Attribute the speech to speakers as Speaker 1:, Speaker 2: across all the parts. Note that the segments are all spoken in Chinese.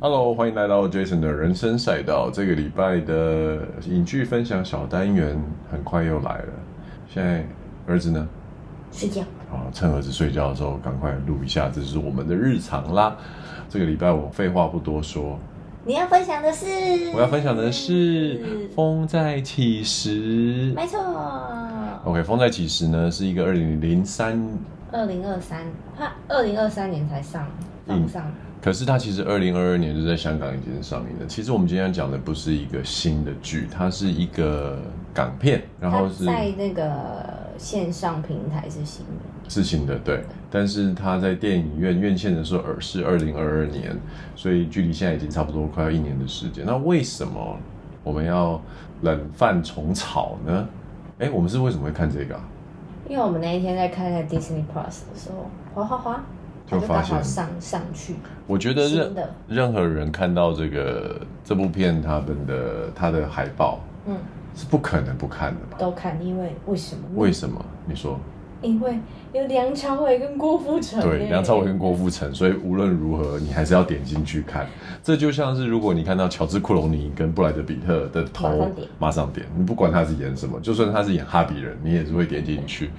Speaker 1: Hello，欢迎来到 Jason 的人生赛道。这个礼拜的影剧分享小单元很快又来了。现在儿子呢？
Speaker 2: 睡觉。
Speaker 1: 啊，趁儿子睡觉的时候赶快录一下，这就是我们的日常啦。这个礼拜我废话不多说，
Speaker 2: 你要分享的是？嗯
Speaker 1: 我要分享的是《风再起时》。
Speaker 2: 没错。
Speaker 1: OK，《风再起时》呢是一个二零零三，
Speaker 2: 二零二三，它二零二三年才上
Speaker 1: 嗯
Speaker 2: 放上。
Speaker 1: 可是它其实二零二二年就在香港已经上映了。其实我们今天讲的不是一个新的剧，它是一个港片，然后
Speaker 2: 它
Speaker 1: 是
Speaker 2: 在那个线上平台是新的，
Speaker 1: 是新的对，但是它在电影院院线的时候而是二零二二年，所以距离现在已经差不多快要一年的时间。那为什么我们要冷饭重炒呢？ 哎，我们是为什么会看这个、啊？
Speaker 2: 因为我们那一天在看那 Disney Plus 的时候，哗哗哗，它
Speaker 1: 就
Speaker 2: 就
Speaker 1: 发
Speaker 2: 刚
Speaker 1: 现
Speaker 2: 好上上去。
Speaker 1: 我觉得任
Speaker 2: 新的
Speaker 1: 任何人看到这个这部片，他们的它的海报
Speaker 2: 嗯，
Speaker 1: 是不可能不看的吧？
Speaker 2: 都看，因为为什么？
Speaker 1: 为什么？你说
Speaker 2: 因为有梁朝伟跟郭富城、
Speaker 1: 对？
Speaker 2: 欸
Speaker 1: 梁朝伟跟郭富城，所以无论如何，你还是要点进去看。这就像是如果你看到乔治·库隆尼跟布莱德·比特的
Speaker 2: 马
Speaker 1: 头
Speaker 2: 上点，
Speaker 1: 马上点，你不管他是演什么，就算他是演哈比人，你也是会点进去。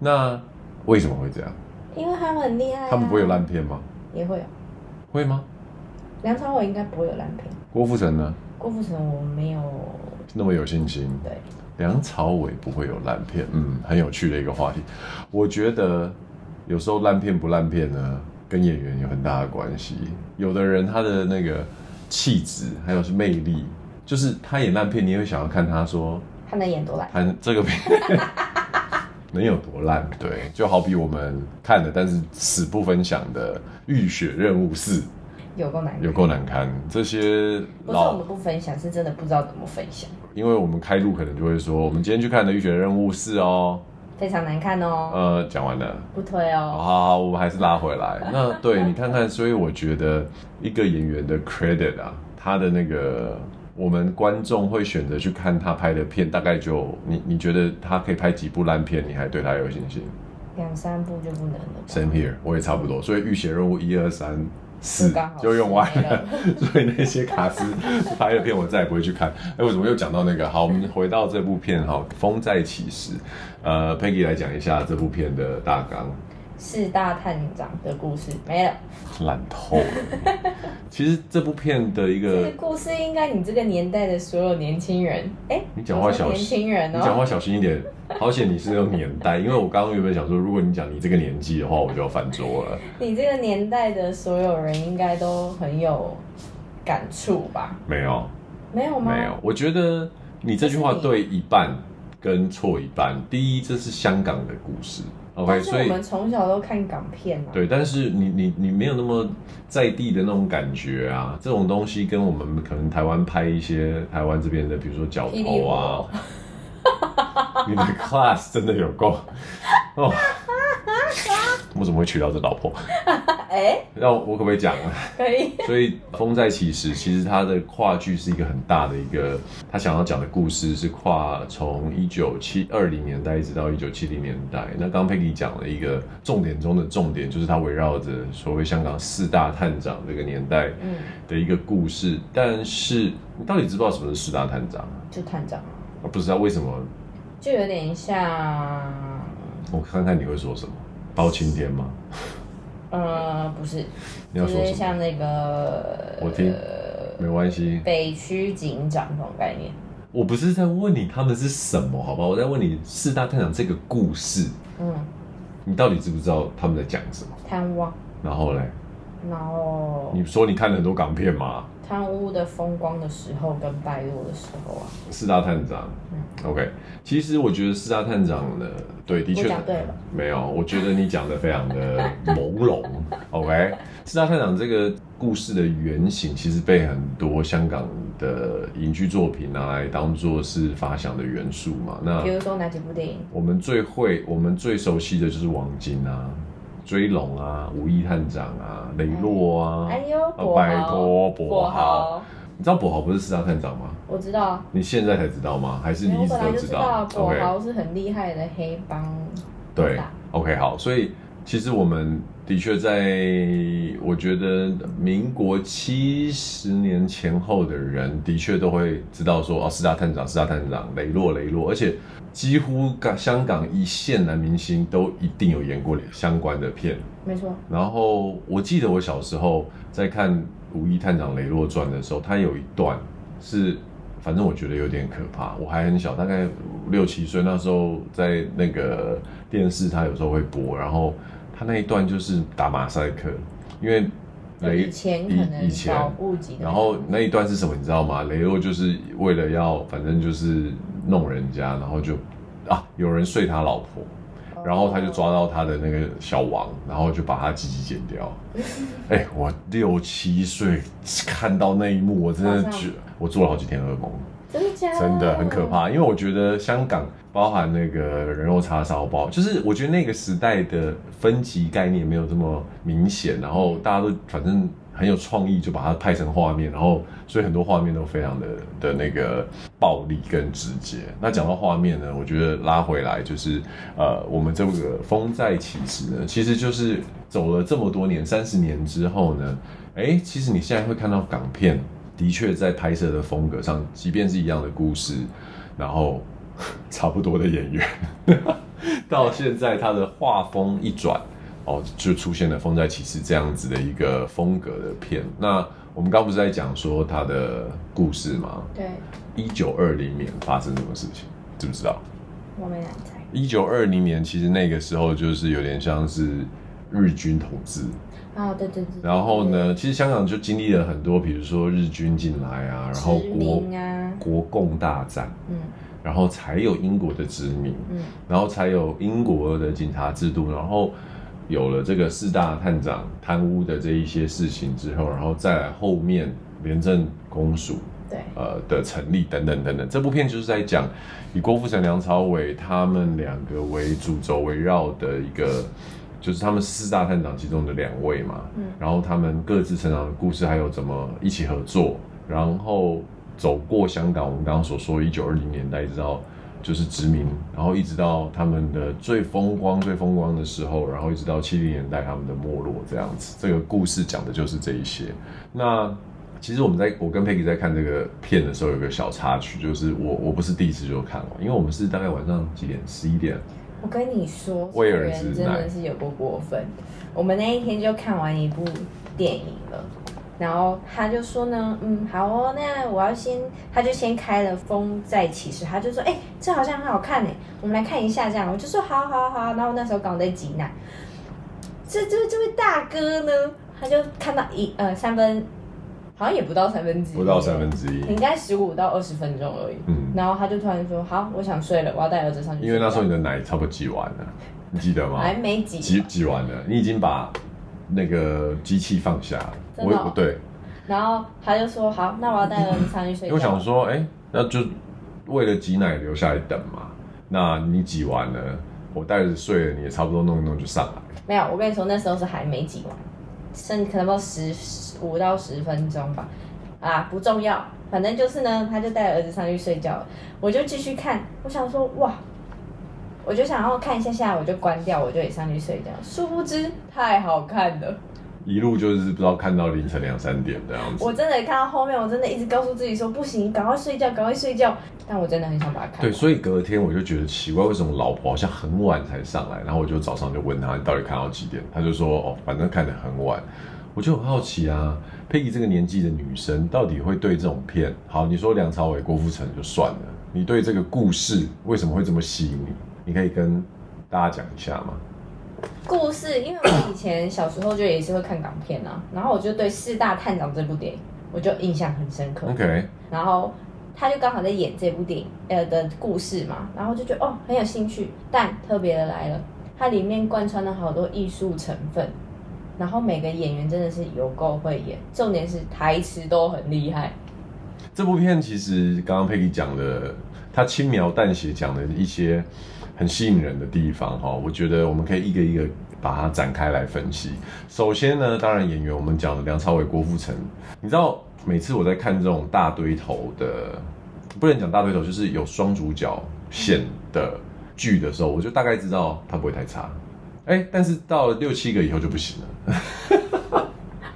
Speaker 1: 那为什么会这样？
Speaker 2: 因为他们很厉害、啊。
Speaker 1: 他们不会有烂，片吗？
Speaker 2: 也会有。
Speaker 1: 会吗？
Speaker 2: 梁朝伟应该不会有烂片，
Speaker 1: 郭富城呢？
Speaker 2: 郭富城我没有。
Speaker 1: 那么有信心？
Speaker 2: 对，
Speaker 1: 梁朝伟不会有烂片，嗯，很有趣的一个话题。我觉得有时候烂片不烂片呢，跟演员有很大的关系。有的人他的那个气质，还有是魅力，就是他演烂片，你也会想要看他说
Speaker 2: 他能演多烂？
Speaker 1: 他这个片 能有多烂？对，就好比我们看了但是死不分享的《浴血任务四》，
Speaker 2: 有够难看。
Speaker 1: 有够难堪。这些
Speaker 2: 不是我
Speaker 1: 老
Speaker 2: 们不分享，是真的不知道怎么分享，
Speaker 1: 因为我们开路可能就会说，我们今天去看的《浴血任务四》哦，
Speaker 2: 非常难看哦，
Speaker 1: 呃，讲完了。
Speaker 2: 不推
Speaker 1: 好
Speaker 2: 哦。
Speaker 1: 好好，我们还是拉回来。那对你看看，所以我觉得一个演员的 credit 啊，他的那个我们观众会选择去看他拍的片，大概就你你觉得他可以拍几部烂片，你还对他有信心
Speaker 2: 两三部就不能了吧，
Speaker 1: ？Same here，我也差不多。所以《浴血任务》一二三四
Speaker 2: 就刚好
Speaker 1: 就用完
Speaker 2: 没
Speaker 1: 了， 所以那些卡斯拍的片我再也不会去看。哎，为什么又讲到那个？好，我们回到这部片哈，《风再起时》。呃，Peggy 来讲一下这部片的大纲。
Speaker 2: 四大探长的故事没了。
Speaker 1: 烂透了。其实这部片的一
Speaker 2: 这
Speaker 1: 个
Speaker 2: 个，故事应该你这个年代的所有年轻人，哎，
Speaker 1: 你讲话小
Speaker 2: 我说年
Speaker 1: 心，
Speaker 2: 轻人
Speaker 1: 你讲
Speaker 2: 哦，
Speaker 1: 话小心一点。好险你是那种年代，因为我刚刚原本想说，如果你讲你这个年纪的话，我就要翻桌了。
Speaker 2: 你这个年代的所有人应该都很有感触吧？
Speaker 1: 没有，
Speaker 2: 没有吗？
Speaker 1: 没有，，我觉得你这句话对一半跟错一半。第一，这是香港的故事，OK，
Speaker 2: 但是
Speaker 1: 所
Speaker 2: 我
Speaker 1: 以
Speaker 2: 们从小都看港片啊嘛，
Speaker 1: 对，但是你你你没有那么在地的那种感觉啊，这种东西跟我们可能台湾拍一些台湾这边的，比如说角
Speaker 2: 霹雳
Speaker 1: 头啊
Speaker 2: 火，
Speaker 1: 你 的 class 真的有够 哦。我怎么会娶到这老婆？
Speaker 2: 哎，
Speaker 1: 那我可不可以讲啊？
Speaker 2: 可以，
Speaker 1: 所以《风再起时》其实它的跨距是一个很大的一个，他想要讲的故事是跨从一九七二零年代一直到一九七零年代。那刚佩 e 讲了一个重点中的重点，就是它围绕着所谓香港四大探长这个年代
Speaker 2: 嗯，
Speaker 1: 的一个故事。但是你到底知不知道什么是四大探长啊？
Speaker 2: 就探长，
Speaker 1: 我不知道为什么，
Speaker 2: 就有点像，
Speaker 1: 我看看你会说什么？包青天吗？
Speaker 2: 呃，不是，
Speaker 1: 你要
Speaker 2: 就
Speaker 1: 说
Speaker 2: 是
Speaker 1: 什么？
Speaker 2: 像呃那个
Speaker 1: 我听，没关系。
Speaker 2: 北区警长这种概念，
Speaker 1: 我不是在问你他们是什么，好吧？我在问你四大探长这个故事。
Speaker 2: 嗯，
Speaker 1: 你到底知不知道他们在讲什么？
Speaker 2: 贪污，
Speaker 1: 然后嘞，
Speaker 2: 然后
Speaker 1: 你说你看了很多港片嘛，
Speaker 2: 贪污的风光的时候跟败落的时候啊，
Speaker 1: 四大探长。OK，其实我觉得四大探长呢，对，的确
Speaker 2: 我讲对了
Speaker 1: 没有，我觉得你讲的非常的朦胧。OK，四大探长这个故事的原型其实被很多香港的影剧作品拿来当做是发想的元素嘛。那
Speaker 2: 比如说哪几部电影？
Speaker 1: 我们最会、我们最熟悉的就是王晶啊、追龙啊、武义探长啊、雷洛啊。
Speaker 2: 哎呦，
Speaker 1: 哦
Speaker 2: 博豪
Speaker 1: 拜托博
Speaker 2: 博
Speaker 1: 豪，你知道博豪不是四大探长吗？
Speaker 2: 我知道，
Speaker 1: 你现在才知道吗？还是你
Speaker 2: 我
Speaker 1: 一直
Speaker 2: 本
Speaker 1: 都
Speaker 2: 来就啊
Speaker 1: 知
Speaker 2: 知道
Speaker 1: 道
Speaker 2: 博
Speaker 1: ？OK，
Speaker 2: 豪是很厉害的黑帮，
Speaker 1: 对
Speaker 2: 大
Speaker 1: ，OK，好，所以其实我们的确在，我觉得民国七十年前后的人，的确都会知道说，哦，四大探长，四大探长，雷洛，雷洛，而且几乎港香港一线男明星都一定有演过相关的片。
Speaker 2: 没错，
Speaker 1: 然后我记得我小时候在看《五一探长雷洛传》的时候，他有一段是，反正我觉得有点可怕。我还很小，大概六七岁，那时候在那个电视，他有时候会播，然后他那一段就是打马赛克，因为雷
Speaker 2: 以前可能
Speaker 1: 哎以以前
Speaker 2: 小顾及的，
Speaker 1: 然后那一段是什么，你知道吗？雷洛就是为了要，反正就是弄人家，然后就啊，有人睡他老婆，
Speaker 2: 哦
Speaker 1: 然后他就抓到他的那个小王，然后就把他鸡鸡剪掉。哎、我六七岁看到那一幕，我真的
Speaker 2: 马上
Speaker 1: 觉我做了好几天噩梦，
Speaker 2: 真的假的？
Speaker 1: 真的很可。怕。因为我觉得香港包含那个人肉叉烧包，就是我觉得那个时代的分级概念没有这么明显，然后大家都反正。很有创意，就把它拍成画面，然后所以很多画面都非常的的那个暴力跟直接。那讲到画面呢，我觉得拉回来就是呃，我们这个风再起时呢，其实就是走了这么多年，三十年之后呢，哎，其实你现在会看到港片的确在拍摄的风格上，即便是一样的故事，然后 差不多的演员， 到现在他的画风一转，哦，就出现了《风再起时》这样子的一个风格的片。那我们刚不是在讲说他的故事吗？
Speaker 2: 对，
Speaker 1: 一九二零年发生什么事情，知不知道？
Speaker 2: 我没难猜。
Speaker 1: 一九二零年其实那个时候就是有点像是日军统治，
Speaker 2: 啊，对对对对。
Speaker 1: 然后呢，
Speaker 2: 嗯
Speaker 1: 其实香港就经历了很多，比如说日军进来啊，然后
Speaker 2: 殖
Speaker 1: 国
Speaker 2: 民啊
Speaker 1: 国共大战，
Speaker 2: 对？嗯
Speaker 1: 然后才有英国的殖民，
Speaker 2: 嗯，
Speaker 1: 然后才有英国的警察制度，然后有了这个四大探长贪污的这一些事情之后，然后再来后面廉政公署，
Speaker 2: 对，
Speaker 1: 呃的成立等等等等。这部片就是在讲以郭富城、梁朝伟他们两个为主轴围绕的一个，就是他们四大探长其中的两位嘛，
Speaker 2: 嗯
Speaker 1: 然后他们各自成长的故事，还有怎么一起合作，然后走过香港，我们刚刚所说一九二零年代一直到。就是殖民，然后一直到他们的最风光、最风光的时候，然后一直到七零年代他们的没落这样子。这个故事讲的就是这一些。那其实我们在我跟 Peggy 在看这个片的时候，有个小插曲，就是我我不是第一次就看完，因为我们是大概晚上几点，十一点，
Speaker 2: 我跟你说，
Speaker 1: 威尔
Speaker 2: 人
Speaker 1: 之
Speaker 2: 真
Speaker 1: 奶
Speaker 2: 的是有过过分。我们那一天就看完一部电影了，然后他就说呢，嗯，好哦，那我要先，他就先开了《风再起时》，他就说，哎、这好像很好看呢，我们来看一下这样。我就说，好好好。然后那时候刚好在挤奶，这这这位大哥呢，他就看到一呃三分，好像也不到三分之一，
Speaker 1: 不到三分之一。
Speaker 2: 应该十五到二十分钟而已。
Speaker 1: 嗯，
Speaker 2: 然后他就突然说：“好，我想睡了，我要带儿子上去睡觉。”
Speaker 1: 因为那时候你的奶差不多挤完了，你记得吗？
Speaker 2: 还没挤
Speaker 1: 挤
Speaker 2: 完，
Speaker 1: 挤完了，你已经把那个机器放下了。
Speaker 2: 真的哦
Speaker 1: 我对，
Speaker 2: 然后他就说：“好，那我要带儿子上去
Speaker 1: 因
Speaker 2: 睡觉。”
Speaker 1: 为我想说，哎、那就为了挤奶留下来等嘛。那你挤完了，我带着睡了，你也差不多弄一弄就上来。
Speaker 2: 没有，我跟你说那时候是还没挤完，剩可能不到十十五到十分钟吧，啊，不重要，反正就是呢，他就带儿子上去睡觉了，我就继续看，我想说哇，我就想要看一下下，我就关掉，我就也上去睡觉，殊不知太好看了。
Speaker 1: 一路就是不知道看到凌晨两三点这样子。
Speaker 2: 我真的看到后面，我真的一直告诉自己说不行，赶快睡觉，赶快睡觉。但我真的很想把它看
Speaker 1: 对，
Speaker 2: 完。
Speaker 1: 所以隔天我就觉得奇怪，为什么老婆好像很晚才上来？然后我就早上就问她，你到底看到几点？她就说哦，反正看得很晚。我就很好奇啊，Peggy 这个年纪的女生到底会对这种片，好，你说梁朝伟、郭富城就算了，你对这个故事为什么会这么吸引你？你可以跟大家讲一下吗？
Speaker 2: 故事，因为我以前小时候就也是会看港片啊，然后我就对《四大探长》这部电影我就印象很深刻。
Speaker 1: OK，
Speaker 2: 然后他就刚好在演这部电影呃的故事嘛，然后就觉得哦很有兴趣，但特别的来了，它里面贯穿了好多艺术成分，然后每个演员真的是有够会演，重点是台词都很厉害。
Speaker 1: 这部片其实刚刚 Peggy 讲的，她轻描淡写讲的一些很吸引人的地方哈，我觉得我们可以一个一个把它展开来分析。首先呢，当然演员我们讲的梁朝伟、郭富城，你知道每次我在看这种大堆头的，不能讲大堆头，就是有双主角线的剧的时候，我就大概知道它不会太差。哎、但是到了六七个以后就不行了，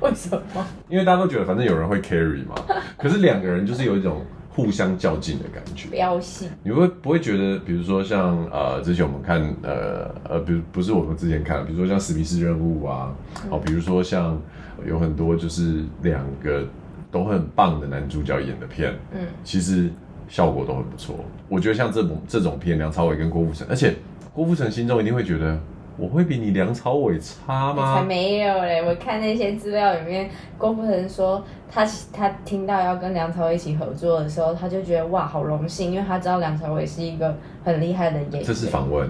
Speaker 2: 为什么？
Speaker 1: 因为大家都觉得反正有人会 carry 嘛，可是两个人就是有一种互相较劲的感觉。
Speaker 2: 飙戏
Speaker 1: 你会不会觉得，比如说像呃，之前我们看呃呃，比如不是我们之前看，比如说像史密斯任务啊，哦，比如说像有很多就是两个都很棒的男主角演的片，
Speaker 2: 嗯，
Speaker 1: 其实效果都很不错。我觉得像这种这种片，梁朝伟跟郭富城，而且郭富城心中一定会觉得我会比你梁朝伟差
Speaker 2: 才
Speaker 1: 吗？
Speaker 2: 没有嘞！我看那些资料里面，郭富城说他他听到要跟梁朝伟一起合作的时候，他就觉得哇，好荣幸，因为他知道梁朝伟是一个很厉害的演员。
Speaker 1: 这是访问，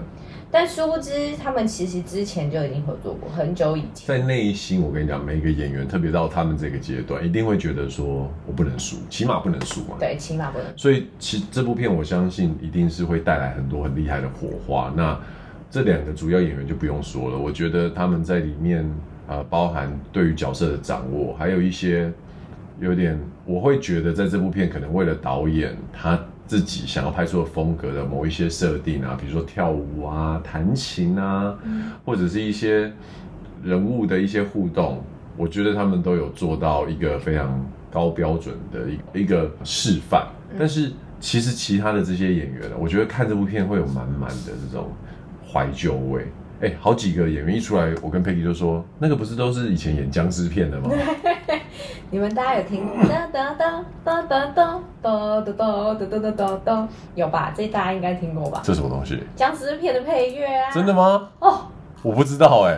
Speaker 2: 但殊不知，他们其实之前就已经合作过，很久以前。
Speaker 1: 在内心，我跟你讲，每个演员，特别到他们这个阶段，一定会觉得说我不能输，起码不能输嘛。
Speaker 2: 对，起码不能。
Speaker 1: 所以其这部片我相信一定是会带来很多很厉害的火花。那这两个主要演员就不用说了，我觉得他们在里面呃包含对于角色的掌握，还有一些有点我会觉得在这部片可能为了导演他。自己想要拍出的风格的某一些设定啊，比如说跳舞啊、弹琴啊，或者是一些人物的一些互动，我觉得他们都有做到一个非常高标准的一一个示范。但是其实其他的这些演员，我觉得看这部片会有满满的这种怀旧味。哎、好几个演员一出来，我跟佩奇就说，那个不是都是以前演僵尸片的吗？
Speaker 2: 你们大家有听哒哒哒哒哒哒哒哒哒哒哒哒哒，有吧？这大家应该听过吧？
Speaker 1: 这什么东西？
Speaker 2: 僵尸片的配乐啊，
Speaker 1: 真的吗？
Speaker 2: 哦，
Speaker 1: 我不知道哎、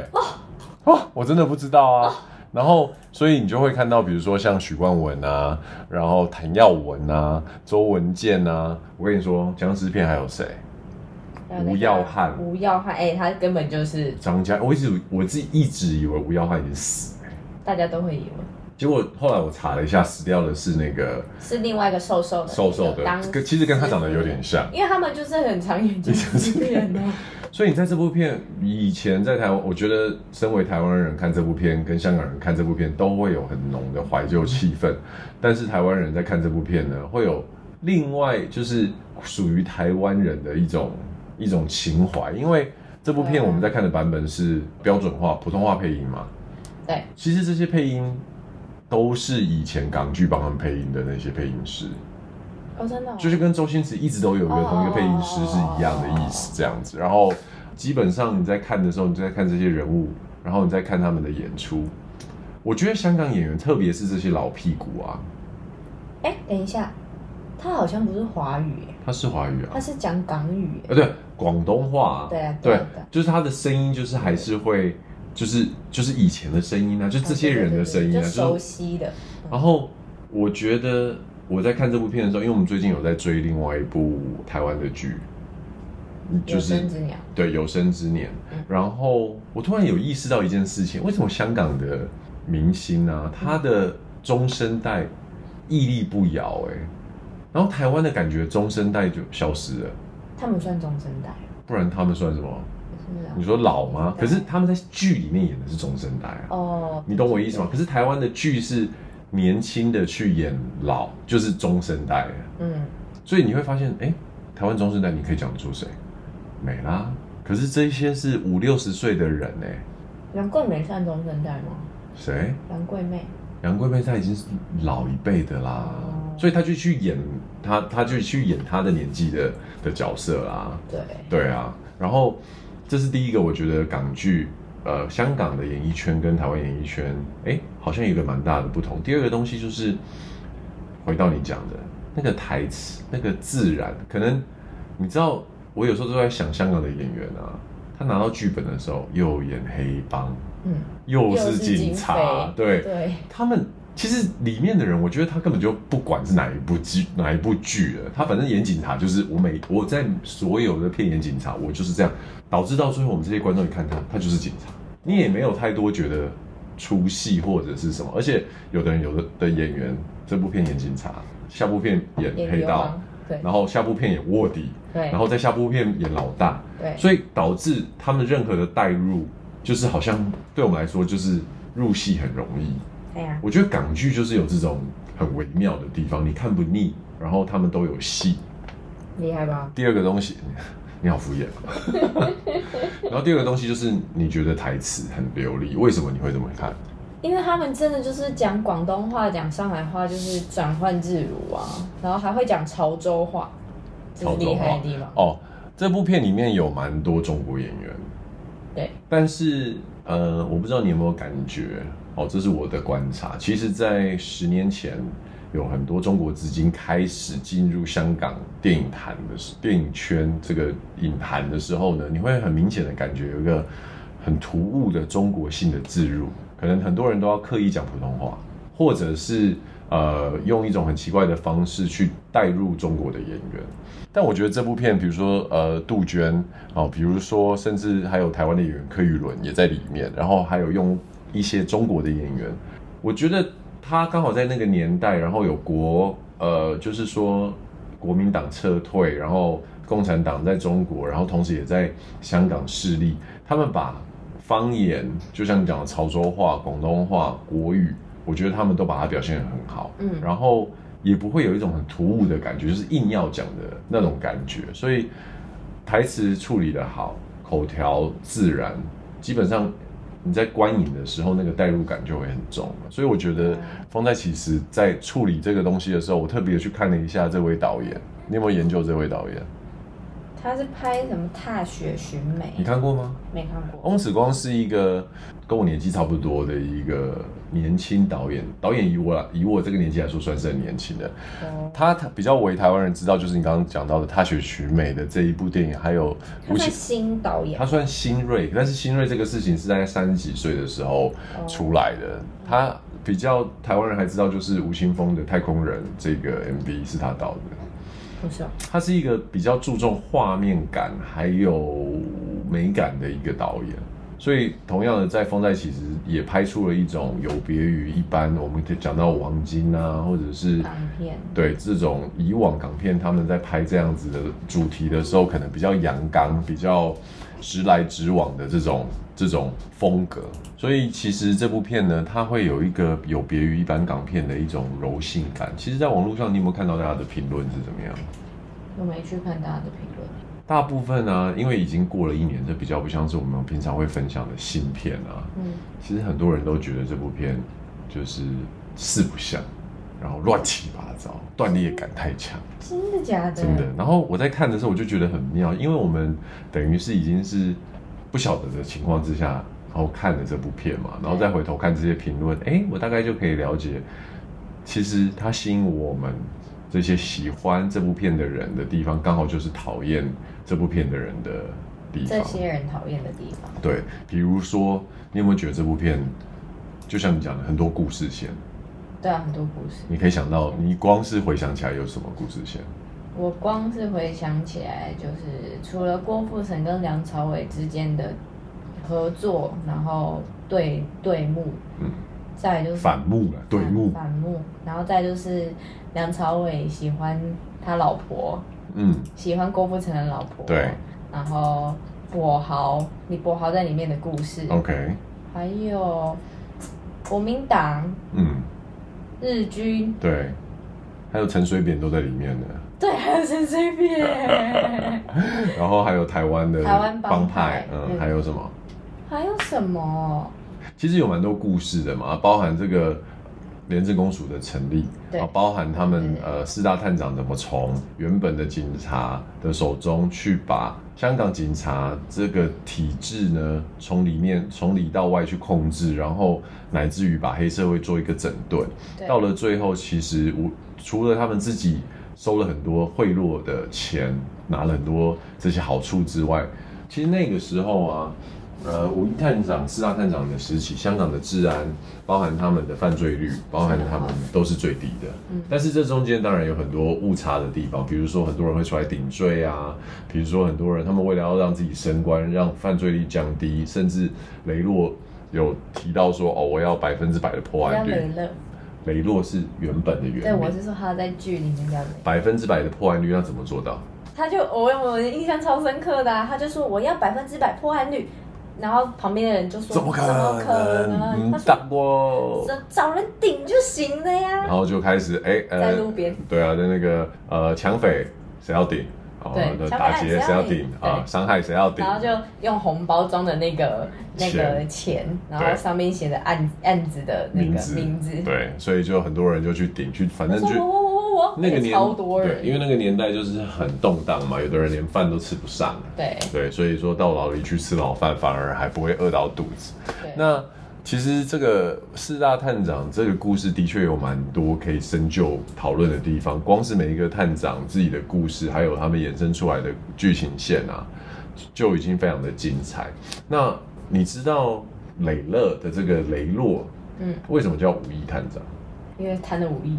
Speaker 1: 哦，我真的不知道啊。然后，所以你就会看到，比如说像许冠文啊，然后谭耀文啊，周文健啊。我跟你说，僵尸片还有谁？
Speaker 2: 还有那个
Speaker 1: 吴耀汉
Speaker 2: 吴耀汉，哎、他根本就是
Speaker 1: 张家，我一直我自己一直以为吴耀汉已经死了、
Speaker 2: 大家都会以为
Speaker 1: 结果后来我查了一下，死掉的是那个
Speaker 2: 是另外一个瘦瘦的那个，
Speaker 1: 瘦瘦的，
Speaker 2: 当
Speaker 1: 跟其实跟他长得有点像。
Speaker 2: 因为他们就是很 常演僵尸片啊，
Speaker 1: 所以你在这部片以前在台湾，我觉得身为台湾人看这部片跟香港人看这部片都会有很浓的怀旧气氛，但是台湾人在看这部片呢，会有另外就是属于台湾人的一种一种情怀，因为这部片我们在看的版本是标准化普通话配音嘛，
Speaker 2: 对，
Speaker 1: 其实这些配音都是以前港剧帮他们配音的那些配音师，
Speaker 2: 哦，真的、哦，
Speaker 1: 就是跟周星驰一直都有一个同一个配音师是一样的意思，这样子。然后基本上你在看的时候，你就在看这些人物，然后你再看他们的演出。我觉得香港演员，特别是这些老屁股啊，
Speaker 2: 哎、等一下，他好像不是华语、哎
Speaker 1: 他是华语啊
Speaker 2: 他，是讲港语、哎
Speaker 1: 呃，对，广东话、啊，
Speaker 2: 对啊对
Speaker 1: 对
Speaker 2: 啊对啊，
Speaker 1: 就是他的声音，就是还是会，就是就是以前的声音啊，就是这些人的声音啊，
Speaker 2: 就
Speaker 1: 就是
Speaker 2: 熟悉的，
Speaker 1: 然后我觉得我在看这部片的时候，因为我们最近有在追另外一部台湾的剧，就
Speaker 2: 有
Speaker 1: 是
Speaker 2: 生之鸟，
Speaker 1: 对有生之年
Speaker 2: 嗯。
Speaker 1: 然后我突然有意识到一件事情：为什么香港的明星啊，
Speaker 2: 嗯
Speaker 1: 他的中生代屹立不摇、欸？然后台湾的感觉中生代就消失了，
Speaker 2: 他们算中生代，
Speaker 1: 不然他们算什么？
Speaker 2: 是不是啊
Speaker 1: 你说老吗？可
Speaker 2: 对
Speaker 1: 是他们在剧里面演的是中生代啊。
Speaker 2: 哦，
Speaker 1: 你懂我意思吗？可是台湾的剧是年轻的去演老，就是中生代，
Speaker 2: 嗯，
Speaker 1: 啊所以你会发现，哎、台湾中生代你可以讲得出谁？没啦。可是这些是五六十岁的人欸呢、
Speaker 2: 杨贵梅算中生代吗？
Speaker 1: 谁？
Speaker 2: 杨贵妹，
Speaker 1: 杨贵妃她已经是老一辈的啦，
Speaker 2: 哦
Speaker 1: 所以她就去演她，她就去演她的年纪的的角色啦。
Speaker 2: 对，
Speaker 1: 对啊，然后这是第一个，我觉得港剧，呃，香港的演艺圈跟台湾演艺圈，哎，好像有一个蛮大的不同。第二个东西就是，回到你讲的那个台词，那个自然，可能你知道，我有时候都在想香港的演员啊，他拿到剧本的时候，又演黑帮，
Speaker 2: 嗯，
Speaker 1: 又
Speaker 2: 又
Speaker 1: 是
Speaker 2: 是
Speaker 1: 警
Speaker 2: 警
Speaker 1: 察，
Speaker 2: 匪
Speaker 1: 对，
Speaker 2: 对，
Speaker 1: 他们其实里面的人，我觉得他根本就不管是哪一部剧哪一部剧了，他反正演警察就是我每我在所有的片演警察，我就是这样，导致到最后我们这些观众一看他，他就是警察，你也没有太多觉得出戏或者是什么，而且有的人有的的演员这部片演警察，下部片演
Speaker 2: 演
Speaker 1: 黑
Speaker 2: 流
Speaker 1: 道
Speaker 2: 氓，，对
Speaker 1: 然后下部片演卧底，
Speaker 2: 对
Speaker 1: 然后再下部片演老大，
Speaker 2: 对，
Speaker 1: 所以导致他们任何的代入，就是好像对我们来说就是入戏很容易。
Speaker 2: 对哎呀，
Speaker 1: 我觉得港剧就是有这种很微妙的地方，你看不腻，然后他们都有戏。
Speaker 2: 厉害吧？
Speaker 1: 第二个东西，你好敷衍。哦 然后第二个东西就是你觉得台词很流利，为什么你会这么看？
Speaker 2: 因为他们真的就是讲广东话、讲上海话，就是转换自如啊，然后还会讲潮州话，这是厉害的地方。
Speaker 1: 哦，这部片里面有蛮多中国演员，
Speaker 2: 对，
Speaker 1: 但是呃，我不知道你有没有感觉哦，这是我的观察。其实，在十年前，有很多中国资金开始进入香港电影坛的时，电影圈这个影坛的时候呢，你会很明显的感觉有一个很突兀的中国性的置入，可能很多人都要刻意讲普通话，或者是呃用一种很奇怪的方式去带入中国的演员。但我觉得这部片，比如说呃杜鹃哦，比如说甚至还有台湾的演员柯宇伦也在里面，然后还有用一些中国的演员，我觉得他刚好在那个年代，然后有国呃就是说国民党撤退，然后共产党在中国，然后同时也在香港势力，他们把方言就像你讲的潮州话、广东话、国语，我觉得他们都把它表现得很好。
Speaker 2: 嗯
Speaker 1: 然后也不会有一种很突兀的感觉，就是硬要讲的那种感觉。所以台词处理得好，口条自然，基本上你在观影的时候那个代入感就会很重了。所以我觉得方在其实在处理这个东西的时候，我特别去看了一下这位导演，你有没有研究这位导演？
Speaker 2: 他是拍什么《踏雪寻梅
Speaker 1: 你》？看过吗？
Speaker 2: 没看过。
Speaker 1: 翁子光是一个跟我年纪差不多的一个年轻导演，导演以我来以我这个年纪来说，算是很年轻的。
Speaker 2: 哦
Speaker 1: 他他比较为台湾人知道，就是你刚刚讲到的《踏雪寻梅》的这一部电影，还有
Speaker 2: 他
Speaker 1: 吴
Speaker 2: 算
Speaker 1: 奇，
Speaker 2: 新导演
Speaker 1: 他，算新锐，但是新锐这个事情是在三十几岁的时候
Speaker 2: 哦
Speaker 1: 出来的。他比较台湾人还知道，就是吴青峰的《太空人》这个 MV 是他导的。
Speaker 2: 不是哦？
Speaker 1: 他是一个比较注重画面感还有美感的一个导演，所以同样的在《风在其实也拍出了一种有别于一般我们讲到王晶啊，或者是
Speaker 2: 港片。
Speaker 1: 对这种以往港片他们在拍这样子的主题的时候，可能比较阳刚、比较直来直往的这种这种风格。所以其实这部片呢，它会有一个有别于一般港片的一种柔性感。其实，在网络上你有没有看到大家的评论是怎么样？
Speaker 2: 我没去看大家的评论。
Speaker 1: 大部分呢，因为已经过了一年，这比较不像是我们平常会分享的新片啊。
Speaker 2: 嗯，
Speaker 1: 其实很多人都觉得这部片就是四不像，然后乱七八糟，断裂感太强。
Speaker 2: 真的假的？
Speaker 1: 真的。然后我在看的时候，我就觉得很妙，因为我们等于是已经是不晓得的情况之下，然后看了这部片嘛，然后再回头看这些评论，哎，我大概就可以了解，其实它吸引我们这些喜欢这部片的人的地方，刚好就是讨厌这部片的人的地
Speaker 2: 这
Speaker 1: 方。
Speaker 2: 些人讨厌的地方。
Speaker 1: 对，比如说，你有没有觉得这部片，就像你讲的，很多故事线，
Speaker 2: 对啊，很多故事。
Speaker 1: 你可以想到，你光是回想起来有什么故事线？
Speaker 2: 我光是回想起来，就是除了郭富城跟梁朝伟之间的合作，然后对对幕，
Speaker 1: 嗯，
Speaker 2: 再来就是
Speaker 1: 反目了，对目，
Speaker 2: 反幕，然后再就是梁朝伟喜欢他老婆，
Speaker 1: 嗯。
Speaker 2: 喜欢郭富城的老婆，
Speaker 1: 对，
Speaker 2: 然后跛豪，李跛豪在里面的故事，
Speaker 1: OK，
Speaker 2: 还有国民党、
Speaker 1: 嗯，
Speaker 2: 日军，
Speaker 1: 对，还有陈水扁都在里面 的，
Speaker 2: 对，还有陈 水扁，
Speaker 1: 然后还有台湾的
Speaker 2: 台湾帮派
Speaker 1: 嗯，
Speaker 2: 嗯
Speaker 1: 还有什么？
Speaker 2: 还有什么？
Speaker 1: 其实有蛮多故事的嘛，包含这个廉政公署的成立，
Speaker 2: 对
Speaker 1: 啊，包含他们
Speaker 2: 对
Speaker 1: 呃四大探长怎么从原本的警察的手中去把香港警察这个体制呢，从里面从里到外去控制，然后乃至于把黑社会做一个整顿。
Speaker 2: 对
Speaker 1: 到了最后，其实我除了他们自己收了很多贿赂的钱，拿了很多这些好处之外，其实那个时候啊，呃，五一探长、四大探长的时期，香港的治安，包含他们的犯罪率，包含他们都是最低的。
Speaker 2: 嗯
Speaker 1: 但是这中间当然有很多误差的地方，比如说很多人会出来顶罪啊，比如说很多人他们为了要让自己升官，让犯罪率降低，甚至雷洛有提到说哦，我要百分之百的破
Speaker 2: 叫
Speaker 1: 案率。
Speaker 2: 雷乐，
Speaker 1: 雷洛是原本的
Speaker 2: 对
Speaker 1: 原
Speaker 2: 我
Speaker 1: 名，
Speaker 2: 是说他在剧里面叫雷，
Speaker 1: 百分之百的破案率要怎么做到？
Speaker 2: 他就我我印象超深刻的啊、他就说我要百分之百破案率，然后旁边的人就说怎么可能
Speaker 1: 嗯
Speaker 2: 他说
Speaker 1: 大锅。
Speaker 2: 找找人顶就行了呀
Speaker 1: 然，后就开始哎、
Speaker 2: 在
Speaker 1: 呃
Speaker 2: 路，边
Speaker 1: 对啊，在那个呃抢匪谁要顶？哦
Speaker 2: 对，
Speaker 1: 那
Speaker 2: 伤
Speaker 1: 打
Speaker 2: 害
Speaker 1: 劫
Speaker 2: 谁
Speaker 1: 谁要
Speaker 2: 要
Speaker 1: 顶
Speaker 2: 顶
Speaker 1: 啊？
Speaker 2: 对
Speaker 1: 伤害谁要顶？
Speaker 2: 然后就用红包装的那个那个钱，然后上面写的案案子的那
Speaker 1: 名
Speaker 2: 个
Speaker 1: 字
Speaker 2: 名字，
Speaker 1: 对，所以就很多人就去顶去，反
Speaker 2: 他
Speaker 1: 正
Speaker 2: 说我
Speaker 1: 就
Speaker 2: 我我我我，
Speaker 1: 那个
Speaker 2: 也
Speaker 1: 年
Speaker 2: 超多人
Speaker 1: 对，，因为那个年代就是很动荡嘛，有的人连饭都吃不上，
Speaker 2: 对
Speaker 1: 对，所以说到牢里去吃牢饭，反而还不会饿到肚子。
Speaker 2: 对
Speaker 1: 那其实这个四大探长这个故事的确有蛮多可以深究讨论的地方，光是每一个探长自己的故事，还有他们衍生出来的剧情线啊，就已经非常的精彩。那你知道磊乐的这个雷洛，
Speaker 2: 嗯，
Speaker 1: 为什么叫武义探长？
Speaker 2: 因为贪了五亿，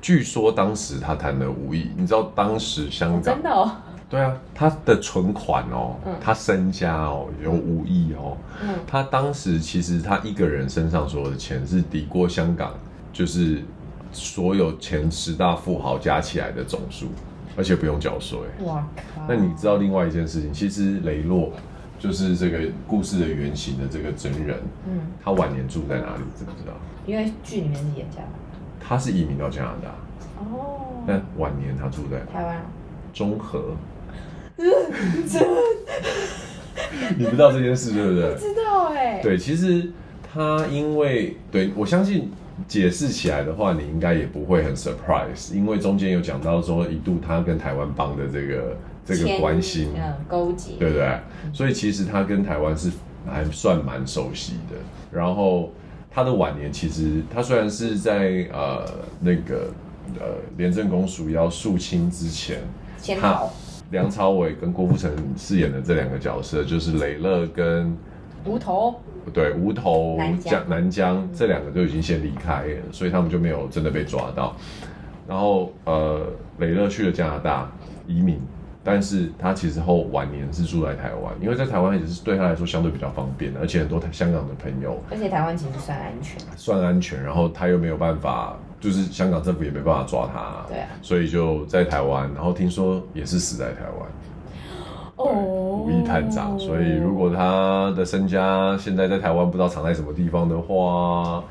Speaker 2: 据
Speaker 1: 据说当时他贪了五亿，你知道当时香港
Speaker 2: 真的哦，
Speaker 1: 对啊，他的存款哦，
Speaker 2: 嗯
Speaker 1: 他身家哦有五亿哦，
Speaker 2: 嗯，
Speaker 1: 他当时其实他一个人身上所有的钱是抵过香港就是所有前十大富豪加起来的总数，而且不用缴税。
Speaker 2: 哇靠，
Speaker 1: 那你知道另外一件事情，其实雷洛就是这个故事的原型的这个真人，
Speaker 2: 嗯，
Speaker 1: 他晚年住在哪里，知不知道？
Speaker 2: 因为剧里面是演这样的
Speaker 1: 他是移民到加拿大，
Speaker 2: 哦
Speaker 1: 但，晚年他住在
Speaker 2: 台湾啊
Speaker 1: 中和。 你不知道这件事对不对？
Speaker 2: 知道哎，
Speaker 1: 对，其实他因为对我相信解释起来的话，你应该也不会很 surprise，因为中间有讲到说一度他跟台湾帮的这个这个
Speaker 2: 牵
Speaker 1: 关系，
Speaker 2: 嗯，勾结，
Speaker 1: 对不对？所以其实他跟台湾是还算蛮熟悉的。然后他的晚年，其实他虽然是在呃那个呃廉政公署要肃清之前，
Speaker 2: 先
Speaker 1: 他
Speaker 2: 逃，
Speaker 1: 梁朝伟跟郭富城饰演的这两个角色，就是雷乐跟
Speaker 2: 无头，
Speaker 1: 对无头
Speaker 2: 南疆嗯
Speaker 1: 江南疆这两个就已经先离开了，所以他们就没有真的被抓到。然后呃，雷乐去了加拿大移民，但是他其实后晚年是住在台湾，因为在台湾也是对他来说相对比较方便，而且很多香港的朋友
Speaker 2: 而且台湾其实算安全，
Speaker 1: 算安全，然后他又没有办法，就是香港政府也没办法抓他，
Speaker 2: 对啊，
Speaker 1: 所以就在台湾，然后听说也是死在台湾。
Speaker 2: 哦
Speaker 1: 武义探长，所以如果他的身家现在在台湾不知道藏在什么地方的话，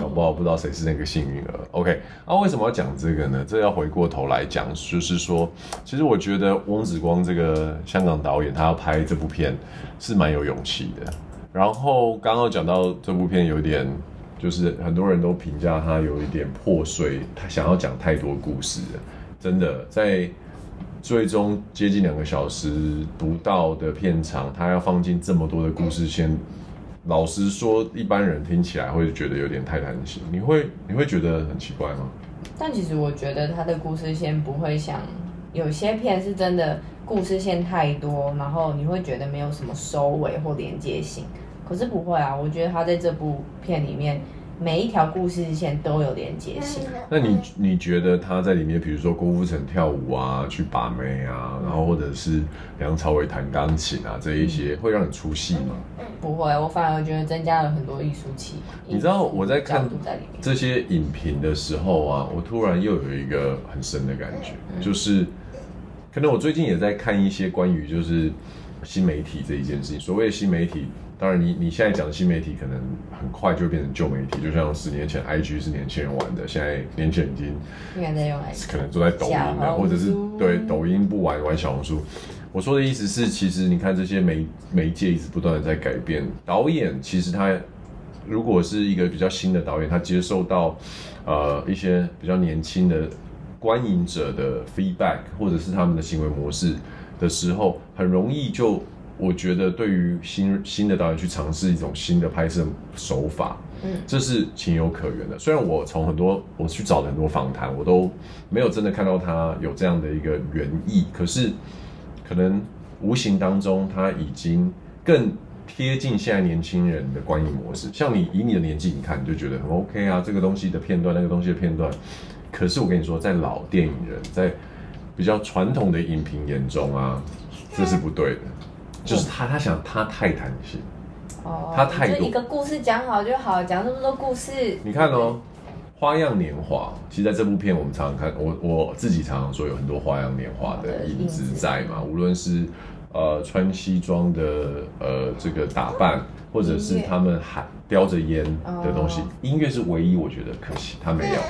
Speaker 1: 搞不好不知道谁是那个幸运儿。OK，那、为什么要讲这个呢？这要回过头来讲，就是说，其实我觉得翁子光这个香港导演，他要拍这部片是蛮有勇气的。然后刚刚讲到这部片有点，就是很多人都评价他有一点破碎，他想要讲太多故事了，真的在。最终接近两个小时不到的片长，他要放进这么多的故事线，老实说，一般人听起来会觉得有点太贪心。你会你会觉得很奇怪吗？
Speaker 2: 但其实我觉得他的故事线不会像有些片是真的故事线太多，然后你会觉得没有什么收尾或连接性。可是不会啊，我觉得他在这部片里面每一条故事线都有连接性。
Speaker 1: 那你你觉得他在里面，比如说郭富城跳舞啊，去把妹啊，然后或者是梁朝伟弹钢琴啊，这一些会让你出戏吗？
Speaker 2: 不会，我反而觉得增加了很多艺术气。
Speaker 1: 你知道我在看
Speaker 2: 角度嗯在里面，
Speaker 1: 这些影评的时候啊，我突然又有一个很深的感觉，
Speaker 2: 嗯
Speaker 1: 就是可能我最近也在看一些关于就是新媒体这一件事情。所谓的新媒体，当然你你现在讲的新媒体，可能很快就会变成旧媒体，就像十年前 IG 是年轻人玩的，现在年轻人已经
Speaker 2: 应该在用来
Speaker 1: 可能都在抖音
Speaker 2: 小
Speaker 1: 啊，
Speaker 2: 红
Speaker 1: 或者是
Speaker 2: 书
Speaker 1: 对抖音不玩玩小红书。我说的意思是，其实你看这些媒媒介一直不断的在改变，导演其实他如果是一个比较新的导演，他接受到呃一些比较年轻的观影者的 feedback 或者是他们的行为模式的时候，很容易就我觉得对于新新的导演去尝试一种新的拍摄手法，
Speaker 2: 嗯
Speaker 1: 这是情有可原的。虽然我从很多我去找了很多访谈，我都没有真的看到他有这样的一个原意，可是可能无形当中他已经更贴近现在年轻人的观影模式。像你以你的年纪，你看你就觉得很 OK 啊，这个东西的片段，那个东西的片段。可是我跟你说，在老电影人，在比较传统的影评眼中啊，这是不对的。就是他，他想他太贪心。
Speaker 2: 哦，
Speaker 1: 它太多
Speaker 2: 就一个故事讲好就好，讲这么多故事，
Speaker 1: 你看哦，《花样年华》其实在这部片我们常常看，我我自己常常说有很多《花样年华》的影子在嘛，无论是呃穿西装的呃这个打扮，或者是他们还叼着烟的东西
Speaker 2: 哦，
Speaker 1: 音乐是唯一我觉得可惜他没有。